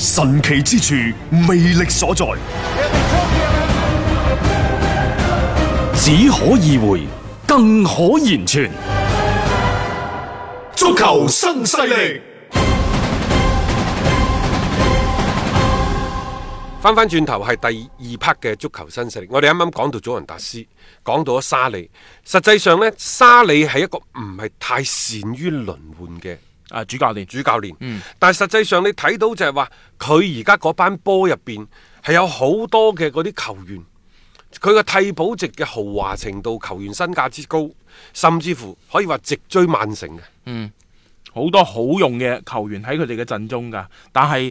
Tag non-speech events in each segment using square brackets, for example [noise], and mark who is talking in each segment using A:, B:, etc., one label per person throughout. A: 神奇之處，魅力所在，
B: 只可意會，更可言傳。
C: 足球新勢力，
D: 翻翻轉頭係第二 part 嘅足球新勢力，我哋啱啱講到祖雲達斯，講到咗沙利，實際上呢，沙利係一個唔係太善於輪換嘅
E: 啊主教練，
D: 主教練，但係實際上你睇到就係話佢而家嗰班波入邊係有好多嘅嗰啲球員，佢嘅替補席嘅豪華程度、球員身價之高，甚至乎可以話直追曼城嘅。
E: 好多好用嘅球員喺佢哋嘅陣中㗎，但係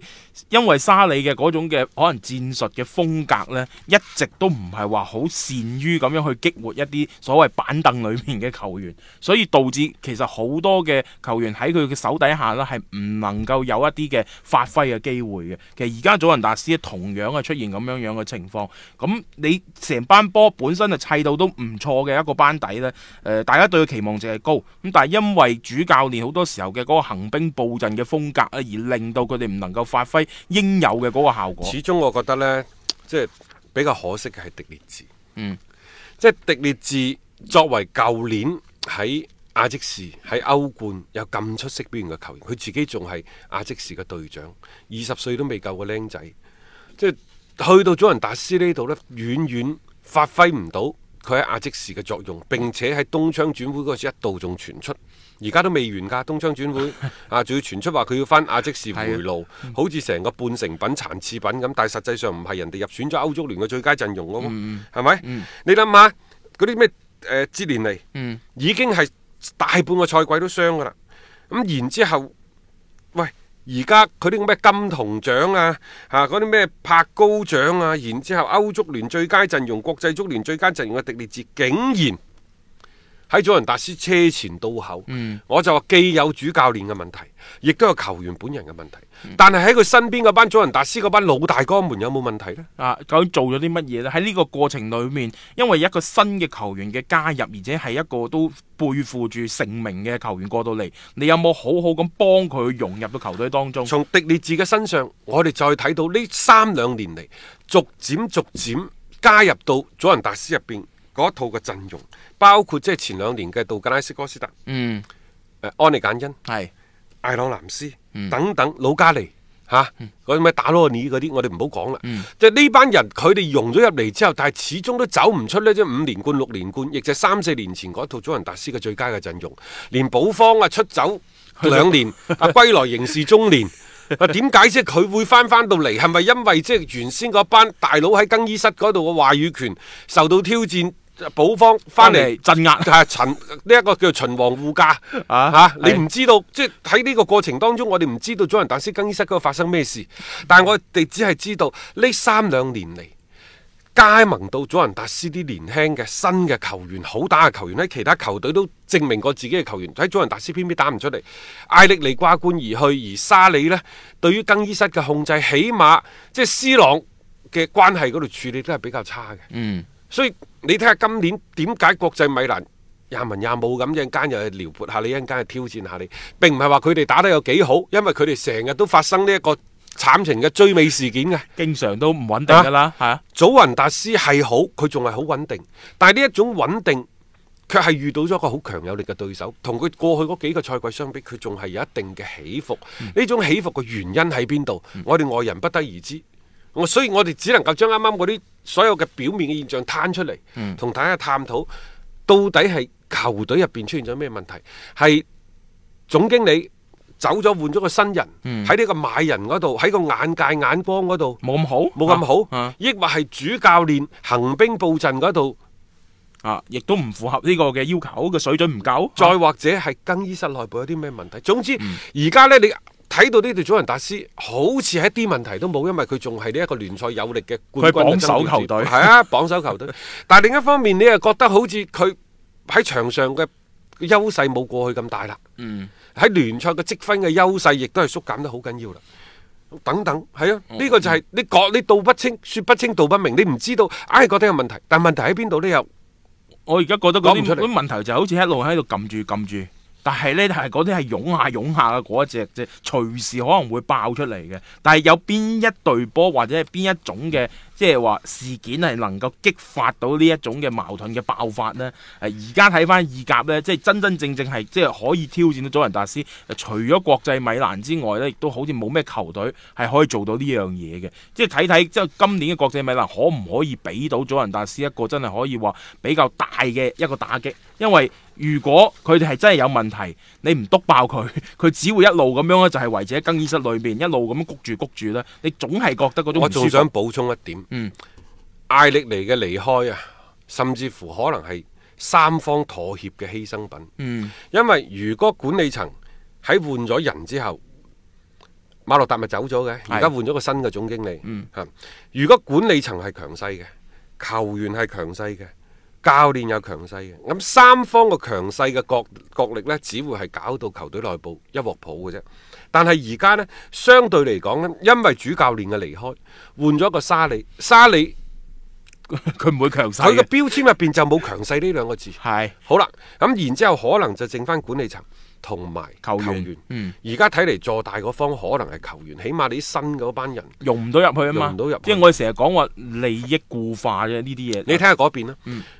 E: 因為沙里嘅嗰種嘅可能戰術嘅風格呢，一直都唔係話好善於咁樣去激活一啲所謂板凳裏面嘅球員，所以導致其實好多嘅球員喺佢嘅手底下呢，係唔能夠有一啲嘅發揮嘅機會嘅。其實而家祖雲達斯同樣係出現咁樣樣嘅情況，咁你成班波本身就砌到都唔錯嘅一個班底呢，誒、大家對佢期望值係高，咁但係因為主教練好多時候嘅嗰個行兵布陣嘅風格啊，而令到佢哋唔能夠發揮應有嘅嗰個效果。
D: 始終我覺得呢，即係比較可惜嘅係迪列治。
E: 嗯，
D: 即係迪列治作為舊年喺亞積士喺歐冠有咁出色表現嘅球員，佢自己仲係亞積士嘅隊長，二十歲都未夠個僆仔，即係去到祖雲達斯呢度呢，遠遠發揮唔到佢喺亞積士嘅作用，並且喺東窗轉會嗰時一度仲傳出。而家都未完㗎，東窗轉會啊，仲要傳出話佢要翻亞積士回路，好似成個半成品、殘次品咁，但係實際上唔係人哋入選咗歐足聯嘅最佳陣容咯喎，係咪？你諗下嗰啲咩誒哲連尼，已經係大半個賽季都傷㗎啦。咁然之後，喂，而家佢啲咩金童獎啊，嚇嗰啲咩柏高獎啊，然之後歐足聯最佳陣容、國際足聯最佳陣容嘅迪列治，竟然喺祖雲達斯車前到後，我就話既有主教練嘅問題，亦都有球員本人嘅問題。但係喺佢身邊嗰班祖雲達斯嗰班老大哥們有冇問題呢？
E: 啊，究竟做咗啲乜嘢呢？喺呢個過程裏面，因為一個新嘅球員嘅加入，而且係一個都背負住成名嘅球員過到嚟，你有冇好好咁幫佢融入到球隊當中？
D: 從迪列治嘅身上，我哋再睇到呢三兩年嚟，逐漸逐漸加入到祖雲達斯入邊嗰一套嘅陣容，包括即係前兩年嘅杜格拉斯哥斯達、
E: 嗯，
D: 誒安利簡恩、
E: 係
D: 艾朗南斯、
E: 嗯
D: 等等，魯加尼嚇嗰啲咩打羅尼嗰啲，我哋唔好講啦。
E: 嗯
D: 即係呢班人佢哋融咗入嚟之後，但係始終都走唔出呢即係五連冠、六連冠，亦就係三四年前嗰套祖雲達斯嘅最佳嘅陣容，連保方啊出
E: [laughs]
D: 走兩年，啊歸來仍是中年。啊，點解即係佢會翻翻到嚟？係咪因為即係原先嗰班大佬喺更衣室嗰度嘅話語權受到挑戰？保方翻嚟
E: 翻嚟鎮壓
D: 係啊秦呢一個叫秦王護駕
E: 啊
D: 嚇你
E: 係
D: 唔知道，即係喺呢個過程當中，我哋唔知道祖雲達斯更衣室嗰度發生咩事，但係我哋只係知道呢三兩年嚟。加盟到祖雲達斯啲年輕嘅新嘅球員，好打嘅球員喺其他球隊都證明過自己嘅球員，喺祖雲達斯偏偏打唔出嚟。艾力尼掛冠而去，而沙里呢對於更衣室嘅控制，起碼即係 C 朗嘅關係嗰度處理都係比較差嘅。
E: 嗯，
D: 所以你睇下今年點解國際米蘭廿文廿武咁，一陣間又係撩撥下你，一陣間又挑戰下你，並唔係話佢哋打得有幾好，因為佢哋成日都發生呢一個慘情嘅追尾事件嘅。
E: 經常都唔穩定㗎啦，係啊，
D: 祖雲達斯係好，佢仲係好穩定，但係呢一種穩定，卻係遇到咗一個好強有力嘅對手，同佢過去嗰幾個賽季相比，佢仲係有一定嘅起伏。呢、種起伏嘅原因喺邊度？我哋外人不得而知。我所以我哋只能夠將啱啱嗰啲所有嘅表面嘅現象攤出嚟，同、大家探討到底係球隊入邊出現咗咩問題，係總經理。走咗換咗個新人，喺呢、個買人嗰度，喺個眼界眼光嗰度，
E: 冇咁好，
D: 冇咁
E: 啊啊
D: 好，抑或係主教練行兵布陣嗰度，
E: 啊，亦都唔符合呢個嘅要求，個水準唔夠。
D: 再或者係更衣室內部有啲咩問題。總之，而家呢，你睇到呢隊祖雲達斯好似係一啲問題都冇，因為佢仲係呢一個聯賽有力嘅冠軍
E: 佢係榜首球隊
D: 係啊，榜首球隊。 [laughs] 但係另一方面，你又覺得好似佢喺場上嘅優勢冇過去咁大啦。
E: 嗯，
D: 喺聯賽嘅積分嘅優勢亦都係縮減得好緊要啦。等等，係啊，呢、個就係你講你道不清，説不清，道不明，你唔知道，硬係覺得有問題。但問題喺邊度呢？又
E: 我而家覺得嗰
D: 講唔
E: 啲
D: 出嚟
E: 嗰啲問題就好似一路喺度撳住撳住，但係呢，係嗰啲係湧下湧下嘅嗰一隻啫，隨時可能會爆出嚟嘅。但係有邊一隊波或者係邊一種嘅即係話事件係能夠激發到呢一種嘅矛盾嘅爆發呢？誒而家睇翻意甲呢，即係真真正正係即係可以挑戰到祖雲達斯。誒除咗國際米蘭之外呢，亦都好似冇咩球隊係可以做到呢樣嘢嘅。即係睇睇即係今年嘅國際米蘭可唔可以俾到祖雲達斯一個真係可以話比較大嘅一個打擊？因為如果佢哋係真係有問題，你唔督爆佢， [laughs] 佢只會一路咁樣咧，就係圍住喺更衣室裏邊一路咁谷住谷住咧，你總係覺得嗰種
D: 我
E: 唔舒
D: 仲
E: 服
D: 想補充一點，
E: 嗯
D: 艾力尼嘅離開啊，甚至乎可能係三方妥協嘅犧牲品。
E: 嗯
D: 因為如果管理層喺換咗人之後，馬洛達咪走咗嘅，而家換咗個新嘅總經理。嚇如果管理層係強勢嘅，球員係強勢嘅，教練又強勢嘅，咁三方嘅強勢嘅角角力呢，只會係搞到球隊內部一鑊泡嘅啫。但係而家呢，相對嚟講呢，因為主教練嘅離開，換咗一個沙利，沙利
E: 佢唔會強
D: 佢
E: 勢
D: 嘅
E: 嘅，
D: 標籤入邊就冇強勢呢兩個字。
E: 係
D: 好啦，咁然之後可能就剩翻管理層同埋
E: 球
D: 球
E: 員
D: 員。
E: 嗯
D: 而家睇嚟坐大嗰方可能係球員，起碼你新嗰班人，
E: 融唔到入去啊嘛，
D: 融唔到入去
E: 即係我哋成日講話利益固化嘅呢啲嘢，
D: 你睇下嗰邊啦。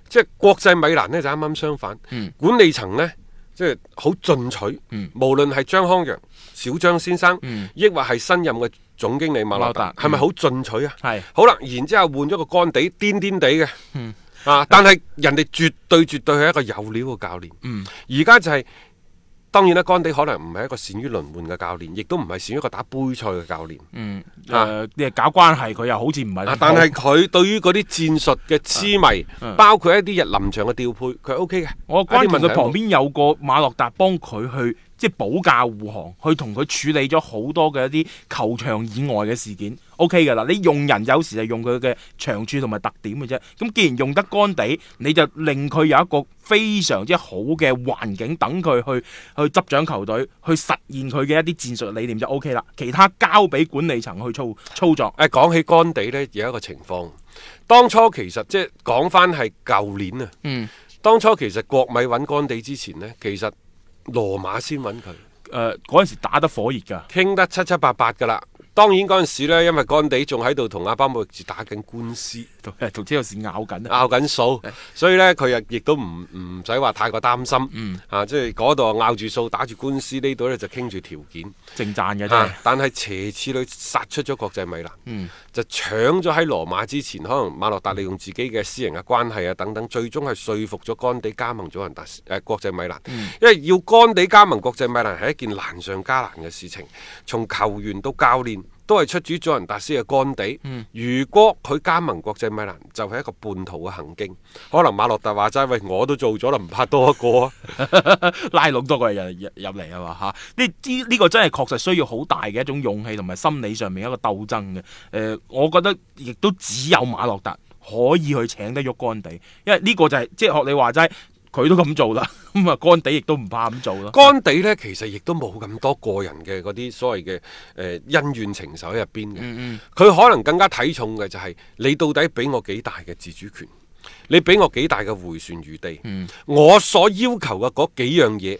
D: 即係國際米蘭呢，就啱啱相反，
E: 嗯
D: 管理層呢，即係好進取，
E: 嗯
D: 無論係張康陽、小張先生
E: 嗯，
D: 抑或係新任嘅總經理馬洛
E: 馬洛
D: 達，
E: 達嗯
D: 係咪好進取啊？
E: 係
D: 好啦，然之後換咗個乾地癲癲地嘅，
E: 嗯
D: 啊！但係人哋絕對絕對係一個有料嘅教練。
E: 嗯
D: 而家就係、當然啦，乾地可能唔係一個善於輪換嘅教練，亦都唔係善於一個打杯賽嘅教練。
E: 嗯
D: 啊
E: 誒，你係搞關係佢又好似唔係咁
D: 啊
E: 好，
D: 但係佢對於嗰啲戰術嘅痴迷，
E: 嗯
D: 包括一啲日臨場嘅調配，佢 O K 嘅。
E: 我關
D: 一啲
E: 鍵
D: 啊問題
E: 佢旁邊有個馬洛達幫佢去即係保駕護航，去同佢處理咗好多嘅一啲球場以外嘅事件，OK 㗎啦。你用人有時就用佢嘅長處同埋特點嘅啫。咁既然用得乾地，你就令佢有一個非常之好嘅環境，等佢去去執掌球隊，去實現佢嘅一啲戰術理念就 OK 啦。其他交俾管理層去操操作。
D: 誒講起乾地呢，有一個情況，當初其實即係講翻係舊年啊，
E: 嗯，
D: 當初其實國米揾乾地之前呢，其實羅馬先揾佢。
E: 誒嗰陣時打得火熱㗎。 [laughs]
D: 傾得七七八八噶啦。當然嗰陣時咧，因為乾地仲喺度同阿巴莫域治打緊官司，
E: 同同車路士咬緊啊！
D: 拗緊數，所以呢，佢又亦都唔唔使話太過擔心。啊，即係嗰度拗住數，打住官司，呢度呢就傾住條件。
E: 正賺嘅真係嗯
D: 啊，但係斜刺女殺出咗國際米蘭，就搶咗喺羅馬之前，可能馬洛達利用自己嘅私人嘅關係啊等等，最終係說服咗干地加盟咗人達誒、
E: 嗯
D: 呃、國際米蘭，因為要干地加盟國際米蘭係一件難上加難嘅事情，從球員到教練。都係出主祖雲達斯嘅干地。
E: 嗯
D: 如果佢加盟國際米蘭，就係、一個半途嘅行徑。可能馬洛達話齋，喂，我都做咗啦，唔怕多一個啊。
E: [laughs] 拉攏多個人入入嚟啊嘛嚇！呢呢呢個真係確實需要好大嘅一種勇氣同埋心理上面一個鬥爭嘅。誒、我覺得亦都只有馬洛達可以去請得喐干地，因為呢個就係、即係學你話齋，佢都咁做啦，咁啊干地亦都唔怕咁做啦。
D: 干地呢，其實亦都冇咁多個人嘅嗰啲所謂嘅誒、呃恩怨情仇喺入邊
E: 嗯
D: 嘅。佢、可能更加睇重嘅就係、你到底俾我幾大嘅自主權，你俾我幾大嘅回旋餘地。
E: 嗯
D: 我所要求嘅嗰幾樣嘢，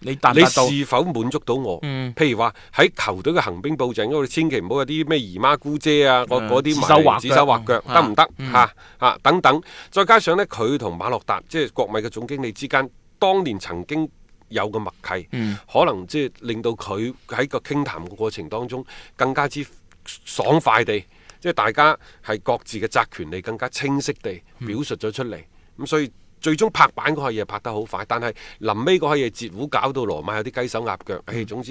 E: 你達唔
D: 你
E: 達到？
D: 是否滿足到我？
E: 嗯
D: 譬如話喺球隊嘅行兵布陣嗰度，千祈唔好有啲咩姨媽姑姐啊，嗰
E: 嗯
D: 嗰啲
E: 指
D: 埋
E: 手
D: 嚟
E: 畫
D: 指
E: 腳
D: 手畫腳
E: 嗯
D: 得唔得
E: 嗯
D: 嚇啊等等。再加上呢，佢同馬洛達即係國米嘅總經理之間，當年曾經有個默契，
E: 嗯
D: 可能即係令到佢喺個傾談嘅過程當中更加之爽快地，
E: 嗯
D: 即係大家係各自嘅責權利更加清晰地表述咗出嚟。咁、所以最終拍板嗰下嘢拍得好快，但係臨尾嗰下嘢截胡搞到羅馬有啲雞手鴨腳。
E: 嗯
D: 唉、總之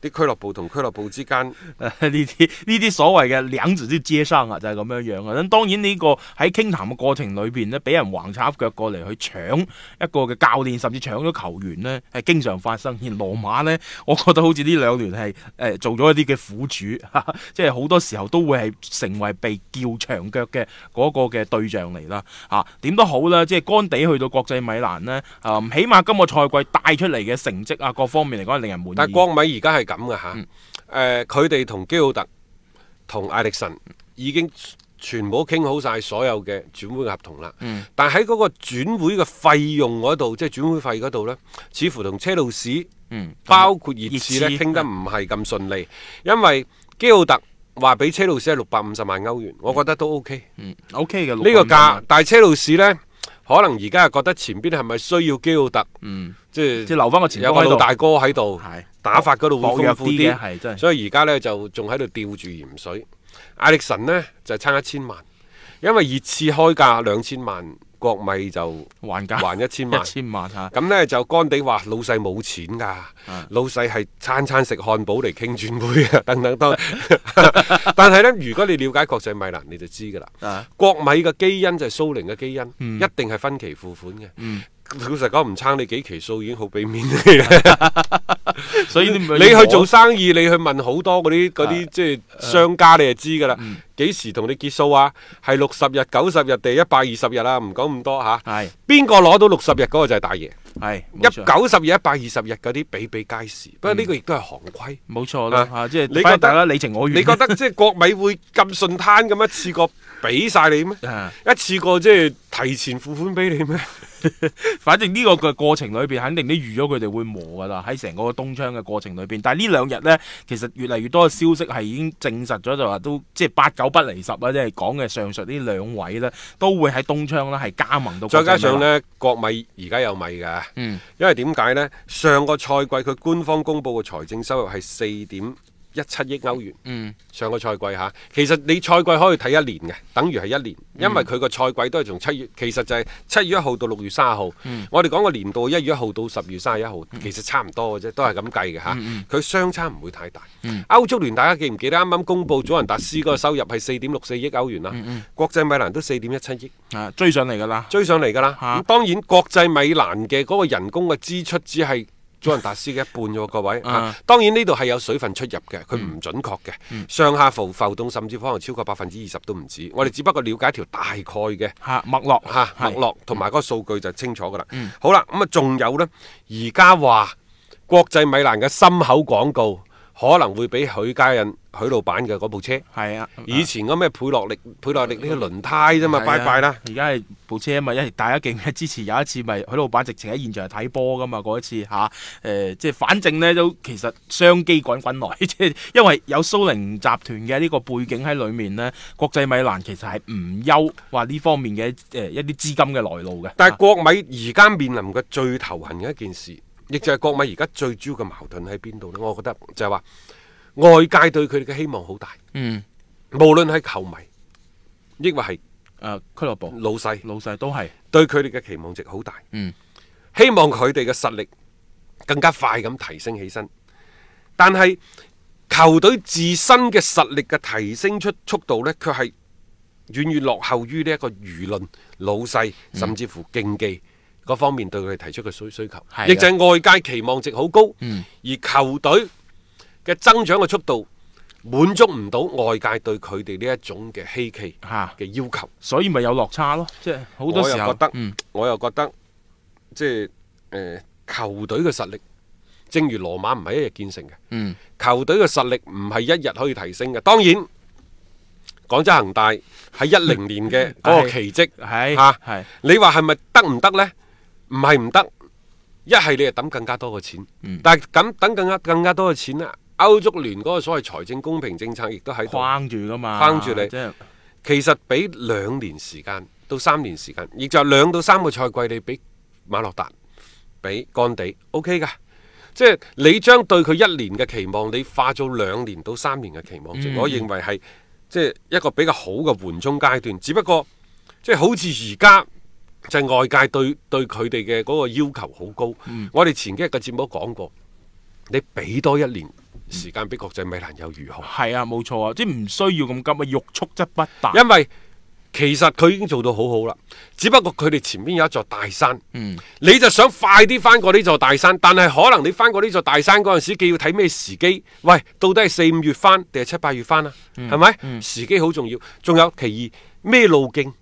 D: 啲俱樂部同俱樂部之間。
E: [laughs] 呢啲呢啲所謂嘅兩字都遮生啊，就係咁樣樣啊。咁當然呢個喺傾談嘅過程裏邊呢，俾人橫插腳過嚟去搶一個嘅教練，甚至搶咗球員呢，係經常發生。而羅馬呢，我覺得好似呢兩年係誒做咗一啲嘅苦主， [laughs] 即係好多時候都會係成為被叫長腳嘅嗰個嘅對象嚟啦。嚇、點都好啦，即係乾地去到國際米蘭呢，啊起碼今個賽季帶出嚟嘅成績啊，各方面嚟講係令人滿意。嗯
D: 但係光米而家係咁嘅嚇，誒、佢哋同基奧特、同艾力神已經全部傾好晒所有嘅轉會合同啦。
E: 嗯
D: 但喺嗰個轉會嘅費用嗰度，即係轉會費嗰度呢，似乎同車路士、
E: 嗯
D: 包括熱刺呢
E: 熱刺
D: 傾得唔係咁順利，因為基奧特話俾車路士係六百五十萬歐元，我覺得都 OK。
E: O K 嗯嘅
D: 呢個
E: 啊
D: 價，但係車路士呢，可能而家係覺得前邊係咪需要基奧特？
E: 嗯。
D: 即係
E: 即係留返個前鋒
D: 有個
E: 喺度
D: 老大哥喺度
E: 係，
D: 打法嗰度
E: 薄
D: 會
E: 弱
D: 豐富
E: 啲嘅係真係
D: 所以而家呢，就仲喺度吊住鹽水。艾力神呢，就差一千萬，因為熱刺開價兩千萬，國米就
E: 還價
D: 還一千萬
E: 一。千萬嚇，
D: 啊咁呢，就乾地話老細冇錢㗎，老細係餐餐食漢堡嚟傾轉會 [laughs] 啊，等等等。但係呢，如果你了解國際米蘭，你就知㗎啦。
E: 啊
D: 國米嘅基因就係蘇寧嘅基因，一定係分期付款嘅。老實講，唔撐你幾期嗯數已經好俾 [laughs] 面你啦。
E: 所以你咪
D: 你去做生意，你去問好多嗰啲嗰啲即係商家，你就知㗎啦。幾時同你結數啊？係六十日、九十日定一百二十日啊？唔講咁多嚇。
E: 係
D: 邊個攞到六十日嗰個就係大爺，
E: 係
D: 一
E: 冇錯嗯
D: 九十日、一百二十日嗰啲比比皆是。不過呢個亦都係行規。
E: 冇錯啦
D: 啊
E: 嚇，即
D: 你
E: 係
D: 覺
E: 反正
D: 得
E: 大家你情我願。
D: 你覺得即係國米會咁順攤咁一次過俾晒你咩？
E: 啊
D: 一次過即係提前付款俾你咩？
E: [laughs] 反正呢個嘅過程裏邊，肯定都預咗佢哋會磨噶啦。喺成個冬窗嘅過程裏邊，但係呢兩日呢，其實越嚟越多嘅消息係已經證實咗，就話都即係八九不離十啦，即係講嘅上述呢兩位呢，都會喺冬窗啦係加盟到。
D: 再加上，呢，國米而家有米㗎，
E: 嗯
D: 因為點解呢？上個賽季佢官方公布嘅財政收入係四點一七億歐元。
E: 嗯，
D: 上個賽季嚇，其實你賽季可以睇一年嘅，等於係一年，
E: 嗯
D: 因為佢個賽季都係從七月，其實就係七月一號到六月三十號。
E: 嗯
D: 我哋講個年度一月一號到十月三十一號，其實差唔多嘅啫，都係咁計嘅
E: 嗯
D: 嚇。佢、相差唔會太大。歐足聯大家記唔記得啱啱公布祖雲達斯嗰個收入係四點六四億歐元啦，啊
E: 嗯
D: 國際米蘭都四點一七億。
E: 啊追上嚟噶啦，
D: 追上嚟㗎啦。咁、
E: 嚇
D: 當然國際米蘭嘅嗰個人工嘅支出只係祖雲達斯嘅一半啫喎，各位。
E: 啊嗯
D: 嚇當然呢度係有水分出入嘅，佢唔準確嘅，上下浮浮動甚至可能超過百分之二十都唔
E: 嗯
D: 止。我哋只不過了解條大概嘅。
E: 嚇麥樂
D: 嚇
E: 哦係嗯
D: 脈絡同埋嗰個數據就清楚㗎啦。好啦，咁啊仲有呢，而家話國際米蘭嘅心口廣告可能會俾許家印許老闆嘅嗰部車，
E: 係啊，嗯
D: 以前嗰咩佩洛力佩洛力呢個輪胎啫嘛，
E: 係啊
D: 拜拜啦。！
E: 而家係部車咪，因為大家記唔記得之前有一次咪許老闆直情喺現場睇波噶嘛？嗰一次嚇，誒、即係反正呢，都其實商機滾滾 [laughs] 來，即係因為有蘇寧集團嘅呢個背景喺裡面呢，國際米蘭其實係唔憂話呢方面嘅誒、一啲資金嘅來路嘅。
D: 但係國米而家面臨嘅最頭痕嘅一件事，亦就係國米而家最主要嘅矛盾喺邊度呢？我覺得就係話外界對佢哋嘅希望好大，
E: 嗯
D: 無論係球迷，抑或係
E: 誒、啊俱樂部
D: 老細，
E: 老細都係
D: 對佢哋嘅期望值好大。
E: 嗯
D: 希望佢哋嘅實力更加快咁提升起身。但係球隊自身嘅實力嘅提升出速度呢，卻係遠遠落後於呢一個輿論、老細
E: 嗯
D: 甚至乎競技嗰方面對佢哋提出嘅需需求
E: 係啊，
D: 亦就係外界期望值好高，
E: 嗯
D: 而球隊嘅增長嘅速度滿足唔到外界對佢哋呢一種嘅希冀
E: 嚇、
D: 嘅要求。
E: 所以咪有落差咯。即係好多時
D: 我又
E: 候
D: 覺得，
E: 嗯
D: 我又覺得即係誒、呃球隊嘅實力，正如羅馬唔係一日建成嘅，
E: 嗯
D: 球隊嘅實力唔係一日可以提升嘅。當然，廣州恒大喺一零年嘅嗰個奇蹟，
E: 嗯係
D: 嚇
E: 係
D: 你話係咪得唔得呢？唔係唔得，一係你係抌更加多嘅錢，
E: 嗯
D: 但係咁等更加更加多嘅錢呢，歐足聯嗰個所謂財政公平政策亦都喺度。
E: 框住噶嘛，
D: 框住你
E: 即係
D: 其實俾兩年時間到三年時間，亦就係兩到三個賽季，你俾馬洛達、俾干地，OK 噶。即係你將對佢一年嘅期望，你化做兩年到三年嘅期望值，我認為係即係一個比較好嘅緩衝階段。只不過即係好似而家就係外界對對佢哋嘅嗰個要求好高。我哋前幾日嘅節目都講過，你俾多一年時間俾國際米蘭又如何？
E: 系啊，冇錯啊，即系唔需要咁急啊，欲速則不達。
D: 因為其實佢已經做到好好啦，只不過佢哋前面有一座大山，你就想快啲翻過呢座大山，但係可能你翻過呢座大山嗰陣時，既要睇咩時機？喂，到底係四五月翻定係七八月翻啊？係咪、時機好重要，仲有其二咩路徑啊？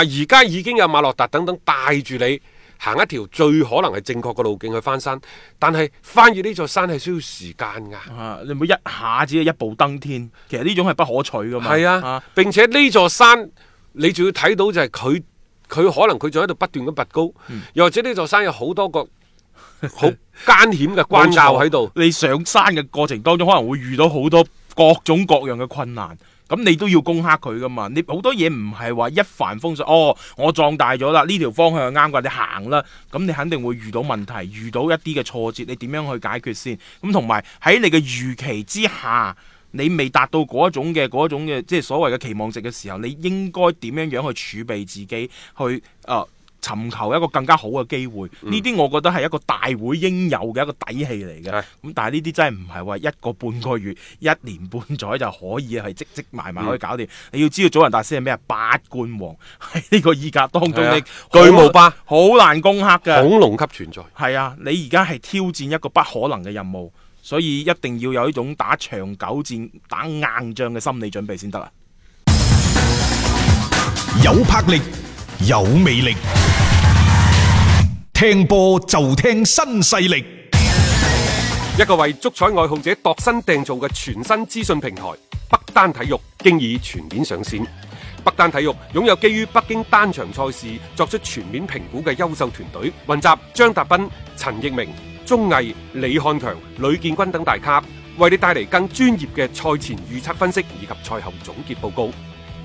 D: 而家已經有馬洛達等等帶住你。行一條最可能係正確嘅路徑去翻山，但係翻越呢座山係需要時間㗎。
E: 啊，你唔好一下子一步登天，其實呢種係不可取噶嘛。
D: 係啊，並且呢座山你仲要睇到就係佢佢可能佢仲喺度不斷咁拔高，
E: 嗯
D: 又或者呢座山有好多個
E: [laughs]
D: 好艱險嘅關
E: 冇錯
D: 拗喺度。
E: 你上山嘅過程當中，可能會遇到好多各種各樣嘅困難。咁你都要攻克佢噶嘛？你好多嘢唔係話一帆風順。哦，我壯大咗啦，呢條方向啱㗎，你行啦。咁你肯定會遇到問題，遇到一啲嘅挫折，你點樣去解決先？咁同埋喺你嘅預期之下，你未達到嗰一種嘅嗰一種嘅即係所謂嘅期望值嘅時候，你應該點樣樣去儲備自己去誒？呃尋求一個更加好嘅機會，
D: 嗯
E: 呢啲、我覺得係一個大會應有嘅一個底氣嚟嘅。
D: 係
E: 咁但係呢啲真係唔係話一個半個月、 [laughs] 一年半載就可以係積積埋
D: 嗯
E: 埋可以搞掂。你要知道祖雲達斯係咩啊？八冠王 [laughs] 喺呢個意甲當中，
D: 係啊
E: 你
D: 巨無霸
E: 好難攻克嘅。
D: 恐龍級存在，
E: 係啊，你而家係挑戰一個不可能嘅任務，所以一定要有呢種打長久戰、打硬仗嘅心理準備先得啊！
C: 有魄力，有魅力，聽波就聽新勢力。
D: 一個為足彩愛好者度身訂造嘅全新資訊平台北單體育，經已全面上線。北單體育擁有基於北京單場賽事作出全面評估嘅優秀團隊，雲集張達斌、陳奕明、鐘毅、李漢強、呂建軍等大咖，為你帶嚟更專業嘅賽前預測分析以及賽後總結報告。